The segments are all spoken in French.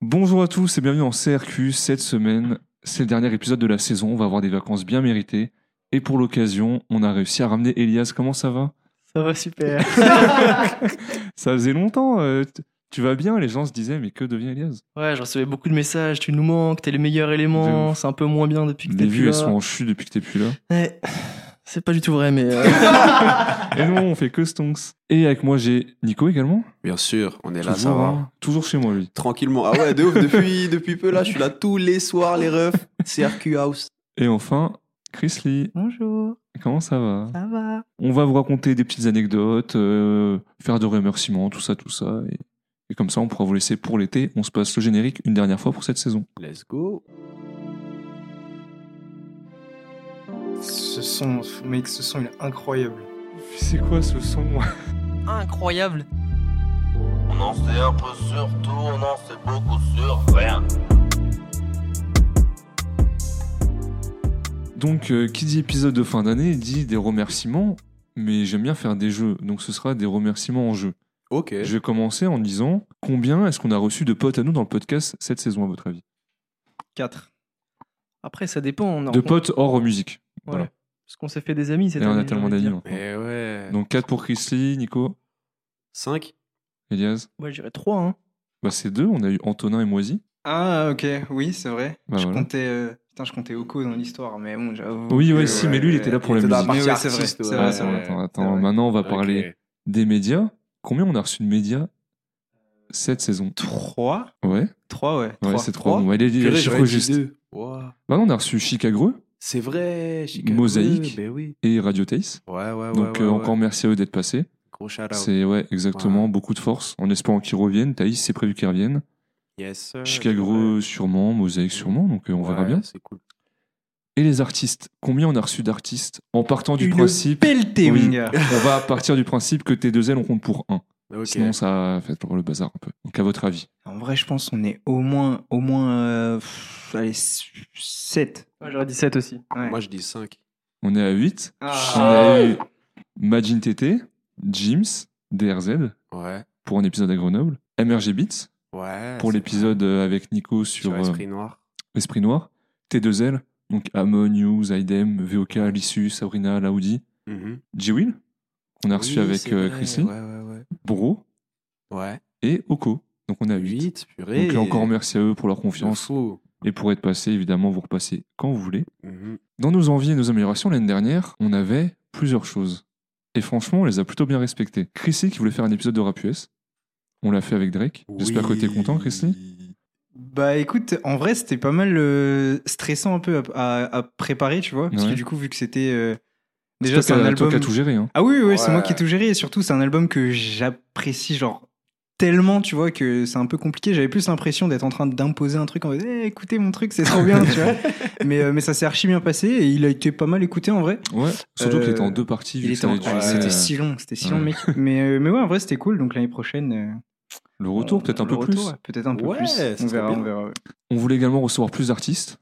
Bonjour à tous et bienvenue en CRQ. Cette semaine, c'est le dernier épisode de la saison. On va avoir des vacances bien méritées. Et pour l'occasion, on a réussi à ramener Elias. Comment ça va Ça va super. Ça faisait longtemps. euh, t- tu vas bien Les gens se disaient, mais que devient Elias Ouais, je recevais beaucoup de messages. Tu nous manques, t'es le meilleur élément. C'est un peu moins bien depuis que t'es Les plus vues, là. elles sont en chute depuis que t'es plus là. Ouais. C'est pas du tout vrai, mais euh, Et non, on fait que stonks. Et avec moi, j'ai Nico également. Bien sûr, on est là, ça toujours, va. hein, toujours chez moi, lui. Tranquillement. Ah ouais, de ouf, depuis, depuis peu là, je suis là tous les soirs, les refs. CRQ House. Et enfin, Chris Lee. Bonjour, Comment ça va ça va On va vous raconter des petites anecdotes, euh, faire de remerciements, tout ça, tout ça. Et, et comme ça, on pourra vous laisser pour l'été. On se passe le générique une dernière fois pour cette saison. Let's go. Ce son, mec, ce son il est incroyable. C'est quoi ce son Incroyable On en sait un peu sur tout, on en sait beaucoup sur rien. Donc, euh, qui dit épisode de fin d'année dit des remerciements, mais j'aime bien faire des jeux, donc ce sera des remerciements en jeu. Ok. Je vais commencer en disant combien est-ce qu'on a reçu de potes à nous dans le podcast cette saison, à votre avis 4. Après, ça dépend. On a De rencontré- potes hors musique. Ouais. voilà. Parce qu'on s'est fait des amis cette Et on année, a j'ai tellement envie de d'amis. dire. maintenant. Eh ouais. Donc 4 pour Chrisley, Nico, 5 Elias. Moi, j'irais 3. Hein. Bah, c'est deux, on a eu Antonin et Moisy. Ah, ok, oui, c'est vrai. Bah, je, voilà. comptais, euh, putain, je comptais Oko dans l'histoire, mais bon, j'avoue. Oui, ouais, que, si, mais lui, il était là pour la était dans musique. Mais ouais, partie c'est vrai, artiste, c'est ouais. vrai, c'est vrai. attends, c'est attends, vrai. maintenant on va Ok. parler des médias. Combien on a reçu de médias cette saison 3 Ouais, 3, ouais. ouais trois. c'est trois. Bon, ouais, les- les Purée, chiffres j'aurais dit juste. deux. Wow. Bah, on a reçu Chicago C'est vrai, Chicago. Mosaïque. Ben oui. et Radio Taste. Ouais, ouais, ouais. Donc ouais, euh, ouais. encore merci à eux d'être passés. Gros shout out. C'est ouais, exactement, Voilà. beaucoup de force. En espérant qu'ils reviennent. Thaïs, c'est prévu qu'ils reviennent. Yes. sir. Chicago Ouais. sûrement, Mosaïque sûrement, donc euh, on verra Ouais, bien. C'est cool. Et les artistes, combien on a reçu d'artistes en partant du Une principe Pelleté, Oui. mon gars. On va partir du principe que tes deux ailes on compte pour un. Ok. Sinon ça fait pour le bazar un peu. Donc à votre avis En vrai, je pense qu'on est au moins, au moins, euh, pff, allez, 7. Moi, j'aurais dit 7 aussi. Moi, je dis 5. On est à 8. Ah. On a eu Majin TT, Jims, DRZ Ouais. pour un épisode à Grenoble, MRG Beats Ouais. pour Ah, c'est l'épisode euh, avec Nico sur, sur euh, Esprit Noir. Esprit Noir, T2L, donc Amon, News, Idem, VOK, Lissu, Sabrina, Laoudi, Mhm. J-Will, qu'on a reçu Oui, avec c'est euh, vrai, Chrissy, Ouais, ouais, ouais. Bro Ouais. et Oko. Donc on a 8. 8, purée. Donc là encore merci à eux pour leur De confiance fou. et pour être passé, évidemment, vous repassez quand vous voulez. Mhm. Dans nos envies et nos améliorations l'année dernière, on avait plusieurs choses. Et franchement, on les a plutôt bien respectées. Chrissy qui voulait faire un épisode de Rap US. On l'a fait avec Drake. J'espère que t'es content, Chrissy. Bah écoute, en vrai, c'était pas mal euh, stressant un peu à, à- à préparer, tu vois. Parce Ouais. que du coup, vu que c'était. euh, C'est déjà, c'est toi qui un as- toi album. qui as tout géré. Hein. Ah oui, oui, oui, c'est Ouais. moi qui ai tout géré. Et surtout, c'est un album que j'apprécie, genre, tellement, tu vois, que c'est un peu compliqué. J'avais plus l'impression d'être en train d'imposer un truc en mode, Eh, écoutez mon truc, c'est trop bien, tu vois. Mais, euh, mais ça s'est archi bien passé et il a été pas mal écouté en vrai. Ouais. Surtout Euh, qu'il était en deux parties. vu Il que était ça en- avait duré, ouais, c'était euh, si long, c'était si ouais. long, mec. Mais, euh, mais ouais, en vrai, c'était cool. Donc l'année prochaine. euh, Le retour, peut-être un le peu retour, plus. ouais, Peut-être un peu Ouais, plus. ça On serait verra, bien. on verra. ouais. On voulait également recevoir plus d'artistes.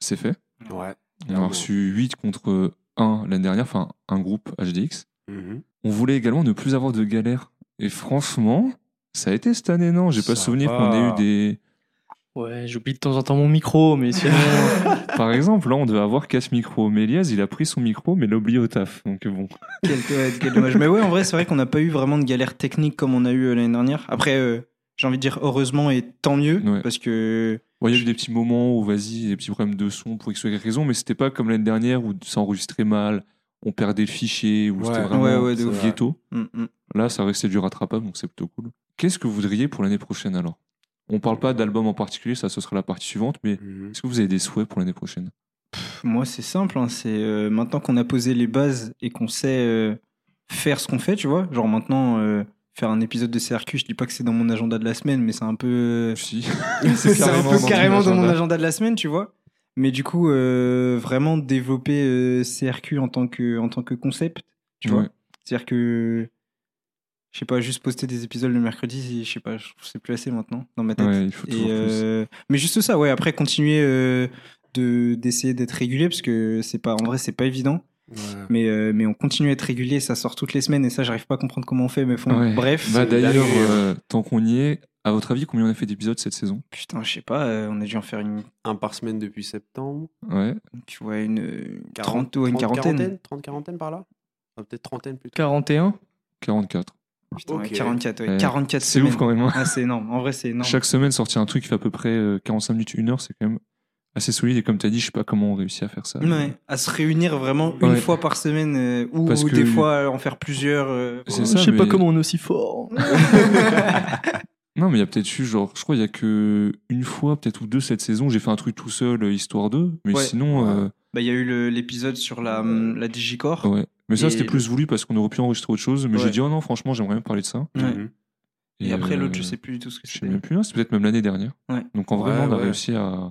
C'est fait. Ouais. On a Clairement. reçu 8 contre 1 l'année dernière, enfin un groupe HDX. Mhm. On voulait également ne plus avoir de galères. Et franchement, ça a été cette année, non J'ai pas Ça souvenir va. qu'on ait eu des. Ouais, j'oublie de temps en temps mon micro, mais sinon. Par exemple, là, on devait avoir casse micro. Mais Elias, il a pris son micro, mais l'a oublié au taf. Donc bon. Quel, ouais, quel dommage. Mais ouais, en vrai, c'est vrai qu'on n'a pas eu vraiment de galère technique comme on a eu euh, l'année dernière. Après, euh, j'ai envie de dire heureusement et tant mieux Ouais. parce que Bon, Il y a eu des petits moments où, vas-y, des petits problèmes de son pour X ou Y raison, mais c'était pas comme l'année dernière où ça enregistrait mal, on perdait le fichier, où c'était Ouais. vraiment Ouais, ouais, de c'est ouf. ghetto. Mm, mm. Là, ça restait du rattrapable, donc c'est plutôt cool. Qu'est-ce que vous voudriez pour l'année prochaine alors On parle pas d'album en particulier, ça, ce sera la partie suivante, mais Mhm. est-ce que vous avez des souhaits pour l'année prochaine Pff, moi c'est simple. hein, c'est euh, maintenant qu'on a posé les bases et qu'on sait euh, faire ce qu'on fait, tu vois. Genre maintenant euh, faire un épisode de CRQ, je dis pas que c'est dans mon agenda de la semaine, mais c'est un peu Si. c'est un peu ton carrément dans mon agenda. agenda de la semaine, tu vois. Mais du coup, euh, vraiment développer euh, CRQ en tant que en tant que concept, tu vois. Ouais. C'est-à-dire que, je sais pas, juste poster des épisodes le mercredi, je sais pas, je trouve que c'est plus assez maintenant dans ma tête. Ouais, il faut toujours Et, euh, mais juste ça, ouais, après continuer euh, de- d'essayer d'être régulier parce que c'est pas, en vrai, c'est pas évident. Mais, euh, mais on continue à être régulier, ça sort toutes les semaines et ça, j'arrive pas à comprendre comment on fait. Mais bon, Ouais. bref, Bah, c'est- D'ailleurs, dingue. euh, tant qu'on y est, à votre avis, combien on a fait d'épisodes cette saison putain, je sais pas, euh, on a dû en faire une, Un par semaine depuis septembre. Ouais. tu vois, une euh, 40 trente ou une quarantaine. 30 quarantaine par là Ah, Peut-être trentaine plus tard. 41 44. Putain, ouais, Ok. 44, ouais, Ouais. 44 C'est semaines. ouf quand même. hein. Ah, c'est énorme, en vrai, c'est énorme. Chaque semaine, sortir un truc qui fait à peu près euh, 45 minutes, 1 heure, c'est quand même assez solide. Et comme tu as dit, je sais pas comment on réussit à faire ça. Ouais, à se réunir vraiment une Ouais. fois par semaine euh, ou Parce que- des fois euh, en faire plusieurs. euh, C'est Je ça, sais pas mais- comment on est aussi fort. Non, mais il y a peut-être eu, genre, je crois, il y a que une fois, peut-être ou deux cette saison, j'ai fait un truc tout seul, euh, histoire d'eux. Mais Ouais. sinon, euh, Bah, il y a eu le- l'épisode sur la, hum, la Digicore. ouais. Mais ça, Et c'était le- plus voulu parce qu'on aurait pu enregistrer autre chose. Mais j'ai Ouais. dit, oh non, franchement, j'aimerais bien parler de ça. Ouais. Mhm. Et, après, euh, l'autre, je sais plus du tout ce que Je sais c'était. même plus, hein, c'est peut-être même l'année dernière. Ouais. Donc en vrai, Ouais, on a ouais. réussi à,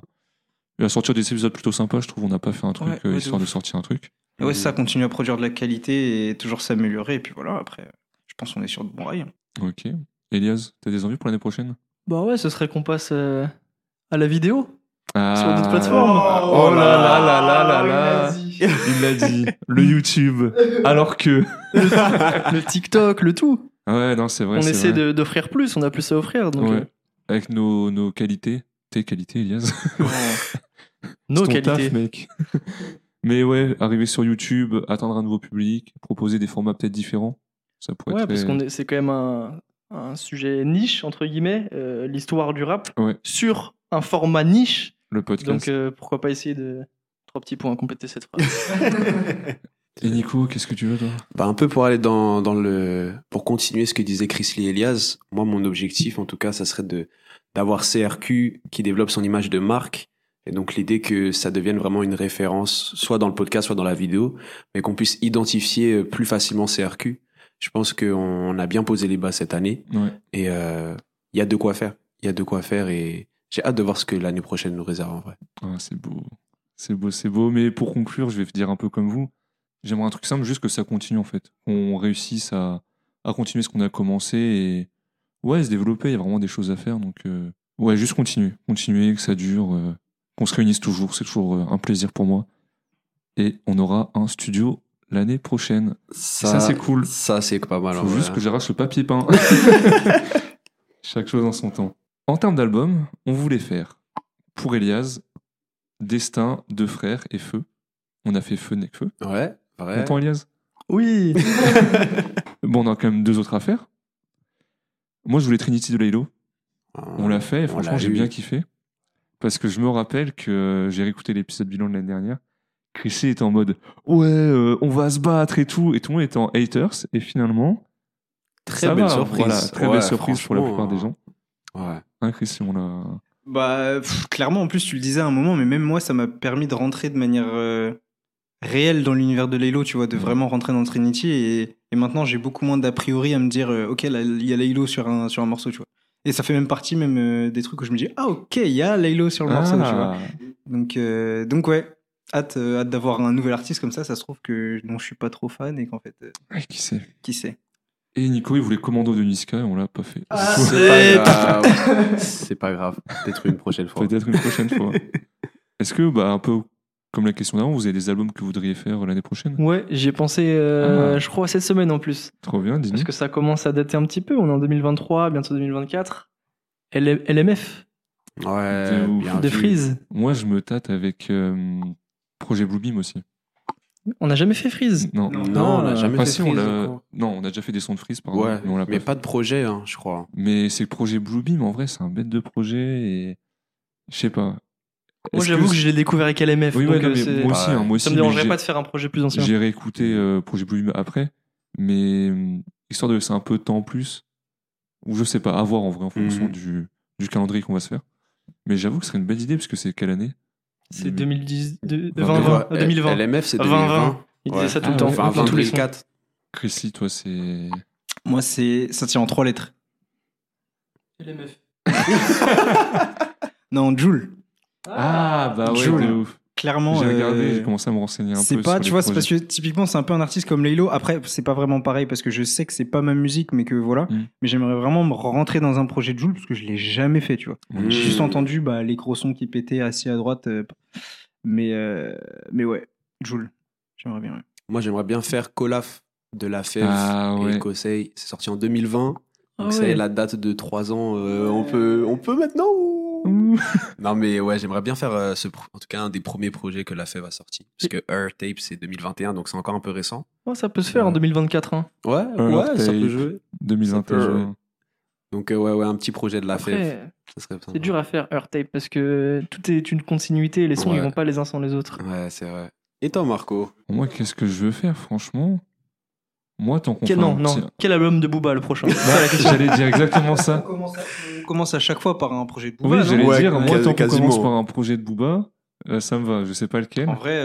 à sortir des épisodes plutôt sympas. Je trouve on n'a pas fait un truc Ouais, euh, ouais, de histoire de ouf. sortir un truc. Et Ouais, ça continue à produire de la qualité et toujours s'améliorer. Et puis voilà, après, je pense qu'on est sur de bons rails. hein. Ok. Elias, t'as des envies pour l'année prochaine Bah ouais, ce serait qu'on passe euh, à la vidéo ah, sur d'autres plateformes. Oh Oh là là là là là là. le Oh, Il l'a dit. Le YouTube. Alors que. TikTok, le tout. Ouais, non, c'est vrai. on c'est essaie vrai. de- d'offrir plus, on a plus à offrir. Donc, Ouais. euh, Avec nos, nos qualités. Tes qualités, Elias. nos C'est ton taf, qualités. mec. Mais ouais, arriver sur YouTube, atteindre un nouveau public, proposer des formats peut-être différents. Ça pourrait ouais, être. parce très- qu'on est- c'est quand même un, un sujet niche, entre guillemets, euh, l'histoire du rap, Ouais. sur un format niche. Le podcast. Donc euh, pourquoi pas essayer de. Trois petits points à compléter cette phrase. Et Nico, qu'est-ce que tu veux, toi Bah, un peu pour aller dans, dans le pour continuer ce que disait Chris Lee Elias, moi mon objectif en tout cas ça serait de d'avoir CRQ qui développe son image de marque et donc l'idée que ça devienne vraiment une référence soit dans le podcast soit dans la vidéo mais qu'on puisse identifier euh, plus facilement CRQ. Je pense qu'on on a bien posé les bas cette année Ouais. et euh, il y a de quoi faire. Il y a de quoi faire et j'ai hâte de voir ce que l'année prochaine nous réserve en vrai. Ah, c'est beau. C'est beau, c'est beau. Mais pour conclure, je vais dire un peu comme vous. J'aimerais un truc simple, juste que ça continue en fait. Qu'on réussisse à, à continuer ce qu'on a commencé et ouais, se développer. Il y a vraiment des choses à faire. Donc euh, ouais, juste continuer. Continuer, que ça dure. euh, qu'on se réunisse toujours. C'est toujours euh, un plaisir pour moi. Et on aura un studio l'année prochaine. Et Ça, c'est cool. Ça c'est pas mal. en Faut vrai, juste hein. que j'arrache le papier peint. Chaque chose en son temps. En termes d'album, on voulait faire, pour Elias, Destin, Deux Frères et Feu. On a fait Feu, Nec Feu. Ouais, vrai. Content, Elias Oui, Bon, on a quand même deux autres à faire. Moi, je voulais Trinity de Laylo. On l'a fait et franchement, l'a j'ai eu. bien kiffé. Parce que je me rappelle que euh, j'ai réécouté l'épisode bilan de l'année dernière. Chrissy était en mode Ouais, euh, on va se battre et tout. Et tout le monde était en haters. Et finalement, Très ça belle va, surprise. voilà, très Ouais, belle surprise pour la plupart des gens. Ouais. Hein, Chrissy, on l'a. Bah, pff, clairement, en plus, tu le disais à un moment, mais même moi, ça m'a permis de rentrer de manière euh, réelle dans l'univers de Laylo, tu vois, de vraiment rentrer dans Trinity. Et, et maintenant, j'ai beaucoup moins d'a priori à me dire, euh, ok, là, il y a Laylo sur un, sur un morceau, tu vois. Et ça fait même partie même euh, des trucs où je me dis, ah, ok, il y a Laylo sur le morceau, tu vois. Ah. Donc, euh, donc ouais. Hâte, euh, hâte d'avoir un nouvel artiste comme ça, ça se trouve que dont je suis pas trop fan et qu'en fait, euh, Ouais, Ah, qui sait qui sait. Et Nico, il voulait commando de Niska et on l'a pas fait. Ah, C'est pas grave. C'est pas grave. Détruis une prochaine fois. Peut-être une prochaine fois. Est-ce que, bah, un peu comme la question d'avant, vous avez des albums que vous voudriez faire euh, l'année prochaine ouais, j'y ai pensé, euh, Ah. Mhm. je crois, cette semaine en plus. Trop bien, dis Parce que ça commence à dater un petit peu. On est en 2023, bientôt 2024. L- LMF Ouais, De ouf. bien de vu. Freeze. Moi, je me tâte avec euh, Projet Bluebeam aussi. On n'a jamais fait Freeze. Non. Non. Non, on l'a jamais Enfin, fait. si, on Freeze l'a- encore. Non, on a déjà fait des sons de freeze, pardon. Ouais, mais on l'a mais pas. fait. pas de projet, hein, je crois. Mais c'est le projet Bluebeam, en vrai, c'est un bête de projet et. Je sais pas. Moi, Est-ce j'avoue que, je l'ai découvert avec LMF. Oui, donc, ouais, non, euh, mais c'est- moi aussi, Ouais. hein, moi aussi. ça me mais dérangerait j'ai- pas de faire un projet plus ancien. J'ai réécouté euh, Projet Bluebeam après, mais hum, histoire de laisser un peu de temps en plus, ou je sais pas, à voir en vrai en fonction Mhm. du, du calendrier qu'on va se faire. Mais j'avoue que ce serait une belle idée, parce que c'est quelle année C'est Mm. 2010, de- euh, Vingt- 20, vingt- 20, 2020. LMF, c'est 2020. 2020. Il Ouais. disait ça tout Ah le temps. ouais. Enfin, dans tous les sons. 2024. Chrissy, toi, c'est. Moi, c'est ça tient en trois lettres. LMF. Non, Joule. Ah, bah ouais, Joule. de ouf. Clairement. J'ai regardé, euh, j'ai commencé à me renseigner un peu. C'est pas, sur tu les vois, c'est parce projets. que typiquement, c'est un peu un artiste comme Laylo. Après, c'est pas vraiment pareil parce que je sais que c'est pas ma musique, mais que voilà. Mm. Mais j'aimerais vraiment me rentrer dans un projet de Joule parce que je l'ai jamais fait, tu vois. Mm. J'ai juste Mm. entendu bah, les gros sons qui pétaient assis à droite. euh, mais, euh, mais ouais, Joule. J'aimerais bien. ouais. Moi, j'aimerais bien faire Colaf de la FEV Ah, et ouais. Conseil. C'est sorti en 2020. Ah Donc, ça y est, ouais. la date de 3 ans, euh, on, peut, on peut maintenant ou- Non, mais ouais, j'aimerais bien faire euh, ce, pro- en tout cas un des premiers projets que la FEV a sorti. Parce que Her Tape, c'est 2021, donc c'est encore un peu récent. Ouais, Oh, ça peut se faire en 2024. hein. Ouais, ouais, ça peut Tape. jouer. 2021. Ça peut- Donc, euh, ouais, ouais, un petit projet de la FEV. Après, Ça serait sympa. c'est dur à faire Earth Tape parce que tout est une continuité. Les sons, Ouais. ils vont pas les uns sans les autres. Ouais, c'est vrai. Et toi, Marco Moi, qu'est-ce que je veux faire, franchement Moi, tant qu'on Quel, fait un non, non. petit- Quel album de Booba le prochain Bah, J'allais dire exactement ça. commence, à, on commence à chaque fois par un projet de hein. Oui, Booba. non j'allais Ouais, dire, moi, quasi- tant qu'on quasiment. commence par un projet de Booba, euh, ça me va, je sais pas lequel. En vrai,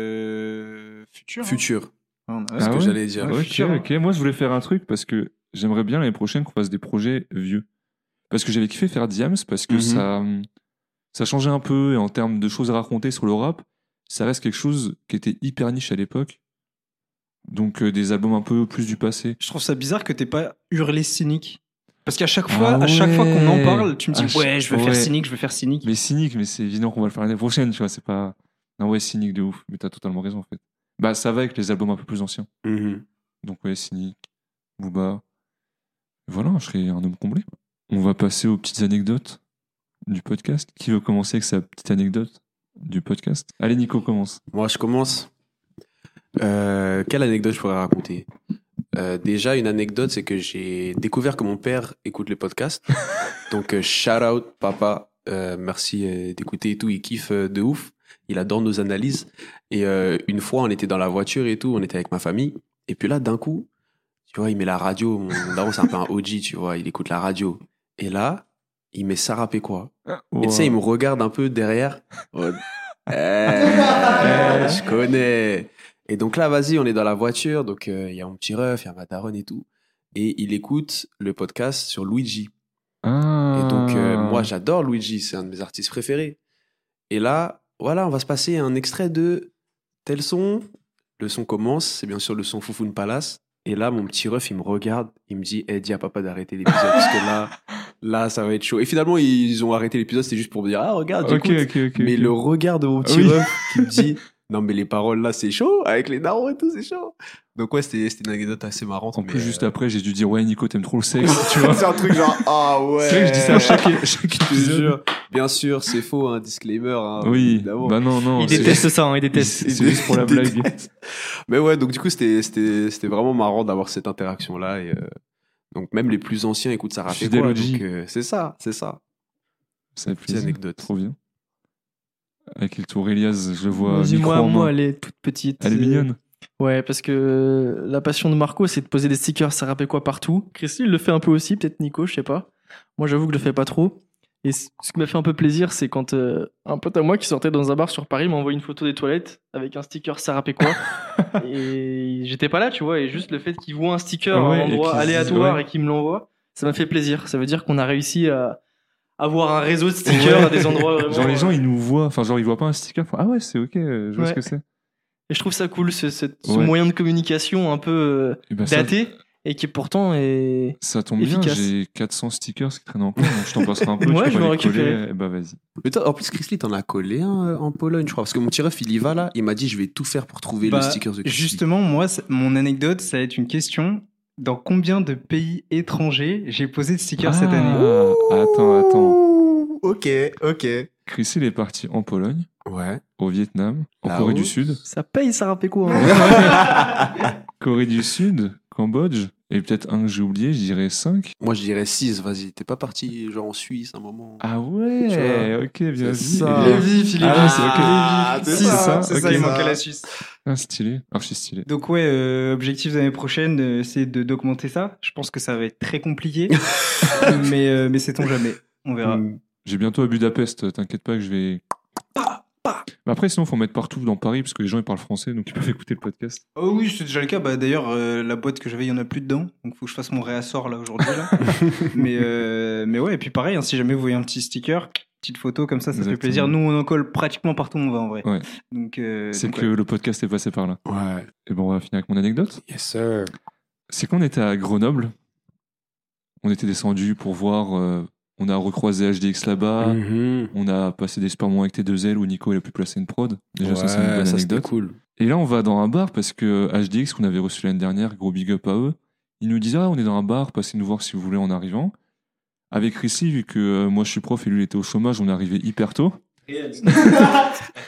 euh... futur. hein. Futur, Ah, ouais. c'est ce Ah que ouais j'allais dire. Ok, futur. ok. Moi, je voulais faire un truc parce que j'aimerais bien l'année prochaine qu'on fasse des projets vieux. Parce que j'avais kiffé faire Diams parce que Mhm. ça, ça changeait un peu et en termes de choses à raconter sur le rap, ça reste quelque chose qui était hyper niche à l'époque. Donc euh, des albums un peu plus du passé. Je trouve ça bizarre que t'aies pas hurlé cynique. Parce qu'à chaque Ah fois, à chaque fois qu'on en ouais. parle, tu me À dis ch- ouais, je veux faire ouais. cynique, je veux faire cynique. Mais cynique, mais c'est évident qu'on va le faire l'année prochaine, tu vois. C'est pas. Non, ouais, cynique de ouf. Mais t'as totalement raison en fait. Bah, ça va avec les albums un peu plus anciens. Mhm. Donc ouais, Cynic, Booba. Voilà, je serai un homme comblé. On va passer aux petites anecdotes du podcast. Qui veut commencer avec sa petite anecdote du podcast Allez, Nico, commence. Moi, je commence. Euh, quelle anecdote je pourrais raconter Euh, Déjà, une anecdote, c'est que j'ai découvert que mon père écoute le podcast. Donc, euh, shout out, papa. Euh, merci euh, d'écouter et tout. Il kiffe euh, de ouf. Il adore nos analyses. Et euh, une fois, on était dans la voiture et tout. On était avec ma famille. Et puis là, d'un coup, tu vois, il met la radio. Mon mon daron, c'est un peu un OG, tu vois. Il écoute la radio. Et là, il met Sarah Pécois. Et tu sais, il me regarde un peu derrière. en mode, Eh, eh, je connais. Et donc là, vas-y, on est dans la voiture. Donc euh, il y a mon petit ref, il y a ma daronne et tout. Et il écoute le podcast sur Luigi. Ah. Et donc, euh, moi, j'adore Luigi, c'est un de mes artistes préférés. Et là, voilà, on va se passer un extrait de tel son. Le son commence, c'est bien sûr le son Foufoune Palace. Et là, mon petit ref, il me regarde, il me dit, eh, dis à papa d'arrêter l'épisode, parce que là, là, ça va être chaud. Et finalement, ils ont arrêté l'épisode, c'était juste pour me dire, ah, regarde, Ok, ok, j'écoute. ok. ok. Ah Mais le regard de Ah mon petit Oui. ref qui me dit, non, mais les paroles là, c'est chaud, avec les darons et tout, c'est chaud. Donc, ouais, c'était c'était une anecdote assez marrante. En mais, plus, juste euh, après, j'ai dû dire ouais, Nico, t'aimes trop le sexe, tu vois. c'est un truc genre, ah ouais. C'est vrai que je dis ça à chaque, chaque Je te épisode. jure. Bien sûr, c'est faux, un disclaimer. hein, Oui. évidemment. Bah non, non. Il c'est- déteste ça, hein, il c'est déteste. c'est juste pour la blague. Mais ouais, donc du coup, c'était- c'était c'était vraiment marrant d'avoir cette interaction-là. et, euh, donc même les plus anciens écoutent ça rapide. Fidèle quoi, au J. donc, euh, C'est ça, c'est ça. Ça fait Petite plaisir. anecdote. Trop bien. Avec le tour Elias, je le vois. Vas-y, micro moi, en main. moi, elle est toute petite. Elle est mignonne. Ouais, parce que euh, la passion de Marco, c'est de poser des stickers, ça rappelle quoi partout. Christy, il le fait un peu aussi, peut-être Nico, je sais pas. Moi, j'avoue que je le fais pas trop. Et c- ce qui m'a fait un peu plaisir, c'est quand euh, un pote à moi qui sortait dans un bar sur Paris m'a envoyé une photo des toilettes avec un sticker Sarah quoi et j'étais pas là, tu vois, et juste le fait qu'il voit un sticker à Ouais, un et endroit qu'il se dise, aléatoire ouais. et qu'il me l'envoie, ça m'a fait plaisir. Ça veut dire qu'on a réussi à avoir un réseau de stickers Ouais. à des endroits vraiment. Genre les gens euh, ils nous voient, enfin genre ils voient pas un sticker, font, ah ouais c'est ok, euh, je vois Ouais. ce que c'est. Et je trouve ça cool, ce, ce- ce Ouais. moyen de communication un peu euh, Et ben, ça, daté et qui pourtant est. ça tombe bien, efficace. j'ai 400 stickers qui traînent encore, donc je t'en passerai un peu. Ouais, tu je pourras vais les en récupérer. coller, Et bah vas-y. Mais toi, en plus, Chrisley, t'en as collé un euh, en Pologne, je crois. Parce que mon petit ref, il y va là. Il m'a dit, je vais tout faire pour trouver Bah, le sticker de Chrisley. Justement, moi, c'est- mon anecdote, ça va être une question. Dans combien de pays étrangers j'ai posé de stickers cette année Ah, attends, attends. Ok, ok. Chris il est parti en Pologne, Ouais. au Vietnam, en Là-haut. Corée du Sud, Ça paye, hein. ça rappelle quoi Corée du Sud, Cambodge, et peut-être un que j'ai oublié, je dirais 5. Moi, je dirais 6, vas-y. T'es pas parti genre en Suisse un moment Ah ouais, ok, bien vu. C'est ça. Et bien- Philippe. Ah, c'est ok. Philippe. c'est Six, ça, c'est ok. ça, il Ça. manquait la Suisse. Ah, stylé, archi stylé. Donc ouais, euh, objectif de l'année prochaine, euh, c'est de d'augmenter ça. Je pense que ça va être très compliqué, mais euh, mais sait-on jamais. On verra. Mm. J'ai bientôt à Budapest, t'inquiète pas que je vais. Mais après, sinon, faut mettre partout dans Paris, parce que les gens ils parlent français, donc ils peuvent écouter le podcast. Oh oui, c'est déjà le cas. Bah, D'ailleurs, euh, la boîte que j'avais, il n'y en a plus dedans. Donc, faut que je fasse mon réassort là aujourd'hui. là. mais, euh, mais ouais, et puis pareil, hein, si jamais vous voyez un petit sticker, petite photo comme ça, ça fait Exactement. plaisir. Nous, on en colle pratiquement partout où on va en vrai. Ouais. Donc, euh, C'est donc, que ouais. le podcast est passé par là. Ouais. Et bon, on va finir avec mon anecdote. Yes, sir. C'est qu'on était à Grenoble. On était descendu pour voir. euh, on a recroisé HDX là-bas. Mhm. On a passé des super moments avec T2L où Nico il a pu placer une prod. Déjà, ça, c'est une Ouais, bonne ça, c'était anecdote. cool. Et là, on va dans un bar parce que HDX, qu'on avait reçu l'année dernière, gros big up à eux, ils nous disent Ah, on est dans un bar, passez nous voir si vous voulez en arrivant. Avec Rissi, vu que euh, moi je suis prof et lui il était au chômage, on est arrivé hyper tôt. Réel.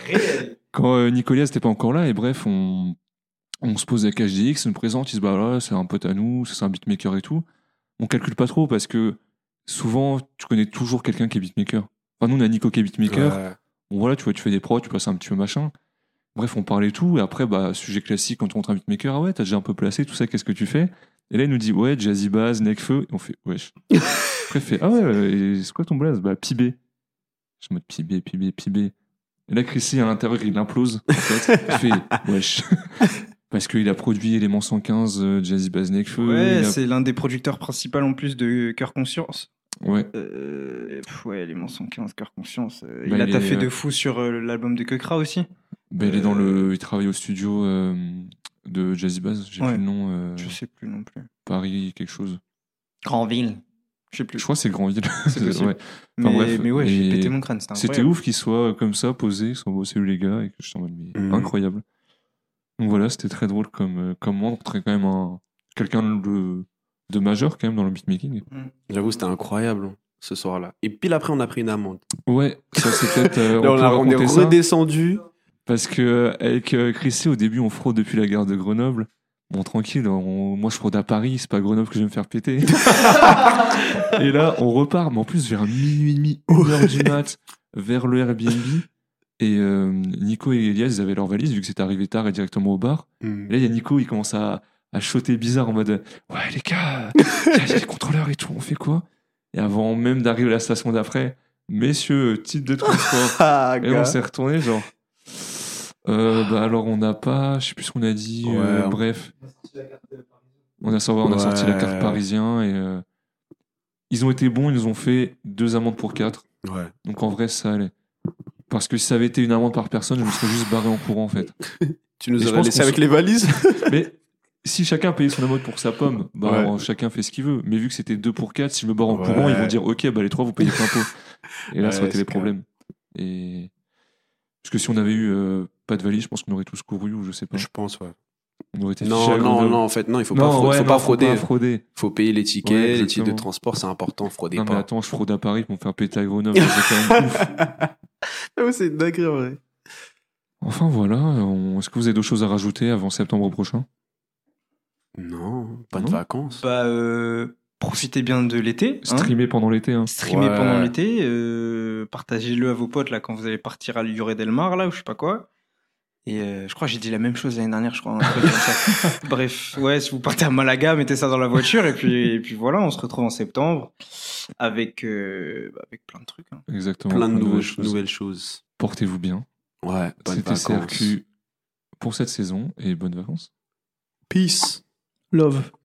Réel. Quand euh, Nicolas n'était pas encore là, et bref, on, on se pose avec HDX, on nous présente, ils se disent Bah là, c'est un pote à nous, c'est un beatmaker et tout. On calcule pas trop parce que souvent, tu connais toujours quelqu'un qui est beatmaker. Enfin, nous, on a Nico qui est beatmaker. Ouais. Bon, voilà, tu vois, tu fais des prods, tu passes un petit peu machin. Bref, on parlait tout, et après, bah, sujet classique, quand on rencontre un beatmaker, ah ouais, t'as déjà un peu placé, tout ça, qu'est-ce que tu fais Et là, il nous dit, ouais, Jazzy Bass, Necfeu, et on fait, wesh. après, il fait, ah ouais, ouais, et c'est quoi ton blaze Bah, Pibé. Je suis en mode Pibé, Pibé, Pibé. Et là, Chrissy, à l'intérieur, il implose, en fait, il fait, wesh. Parce qu'il a produit Element 115, euh, Jazzy Bass, Necfeu. Ouais, il a- c'est l'un des producteurs principaux en plus de Cœur Conscience. ouais. Euh, pff, ouais, les 115, Cœur Conscience. euh, Bah, il a il est, taffé euh, de fou sur euh, l'album de Kekra aussi. Bah, il est dans Euh, le, il travaille au studio euh, de Jazzy Bass, j'ai Ouais. plus le nom, euh, Je sais plus non plus. Paris, quelque chose. Grandville. Je sais plus. Je crois que c'est Grandville. C'est possible. Ouais. mais, enfin, bref, mais ouais, j'ai et- pété mon crâne. C'était C'était incroyable. ouf qu'ils soient comme ça, posés, sans bosser les gars, et que je suis en mode, mais Mhm. incroyable. Donc voilà, c'était très drôle comme, euh, comme on quand même un, quelqu'un de, de majeur quand même dans le beatmaking. J'avoue, c'était incroyable hein, ce soir-là. Et pile après, on a pris une amende. Ouais, ça c'est peut-être. euh, Là, on, on, peut a- on est raconter ça, redescendu. Parce que euh, avec euh, Chrissy, au début, on fraude depuis la gare de Grenoble. Bon, tranquille, on- moi je fraude à Paris, c'est pas à Grenoble que je vais me faire péter. et là, on repart, mais en plus vers minuit et demi, une heure du mat, vers le Airbnb. Et euh, Nico et Elias, ils avaient leur valise, vu que c'était arrivé tard et directement au bar. Et là, il y a Nico, il commence à, à choter bizarre en mode Ouais, les gars, il y a- il y a les contrôleurs et tout, on fait quoi Et avant même d'arriver à la station d'après, messieurs, titre de transport. Ah, Et on s'est retourné genre. Euh, bah alors on n'a pas, je sais plus ce qu'on a dit. euh, Ouais. bref, on a sorti, on a sorti la euh, Ouais. carte parisien et euh, ils ont été bons. Ils nous ont fait deux amendes pour quatre. Ouais. Donc en vrai ça allait. Parce que si ça avait été une amende par personne, je me serais juste barré en courant en fait. Tu nous Et je aurais pense laissé qu'on avec se- les valises Mais si chacun payait son amende pour sa pomme, bah Ouais. alors, chacun fait ce qu'il veut. Mais vu que c'était deux pour quatre, si je me barre en Ouais. courant, ils vont dire ok, bah les trois vous payez plein pot. Et là, ça Ouais, aurait été c'est les problèmes. Et parce que si on avait eu euh, pas de valise, je pense qu'on aurait tous couru ou je sais pas. Je pense, ouais. On aurait été fichés à Non, non, Grenoble. non, en fait, non, il faut Non, pas frauder. ouais, faut non, pas frauder. frauder. Faut payer les tickets, Ouais, les titres de exactement. transport, c'est important, fraudez Non, mais pas. attends, je fraude à Paris pour me faire péter à Grenoble. c'est quand même ouf. c'est une dinguerie, en vrai. Enfin voilà, on- est-ce que vous avez d'autres choses à rajouter avant septembre Hein prochain Non, pas de Non. vacances. Bah, euh, profitez bien de l'été. hein. Streamer pendant l'été. Hein. Streamer Ouais. pendant l'été. euh, Partagez-le à vos potes là quand vous allez partir à Luré Del Mar là ou je sais pas quoi. Et euh, je crois que j'ai dit la même chose l'année dernière, je crois. un truc comme ça. Bref, ouais, si vous partez à Malaga, mettez ça dans la voiture et puis et puis voilà, on se retrouve en septembre avec euh, bah, avec plein de trucs. hein. Exactement. Plein de nouvelles, nouvelles choses. choses. nouvelles choses. Portez-vous bien. Ouais, bonnes C'était vacances. CRQ pour cette saison et bonnes vacances. Peace. Love.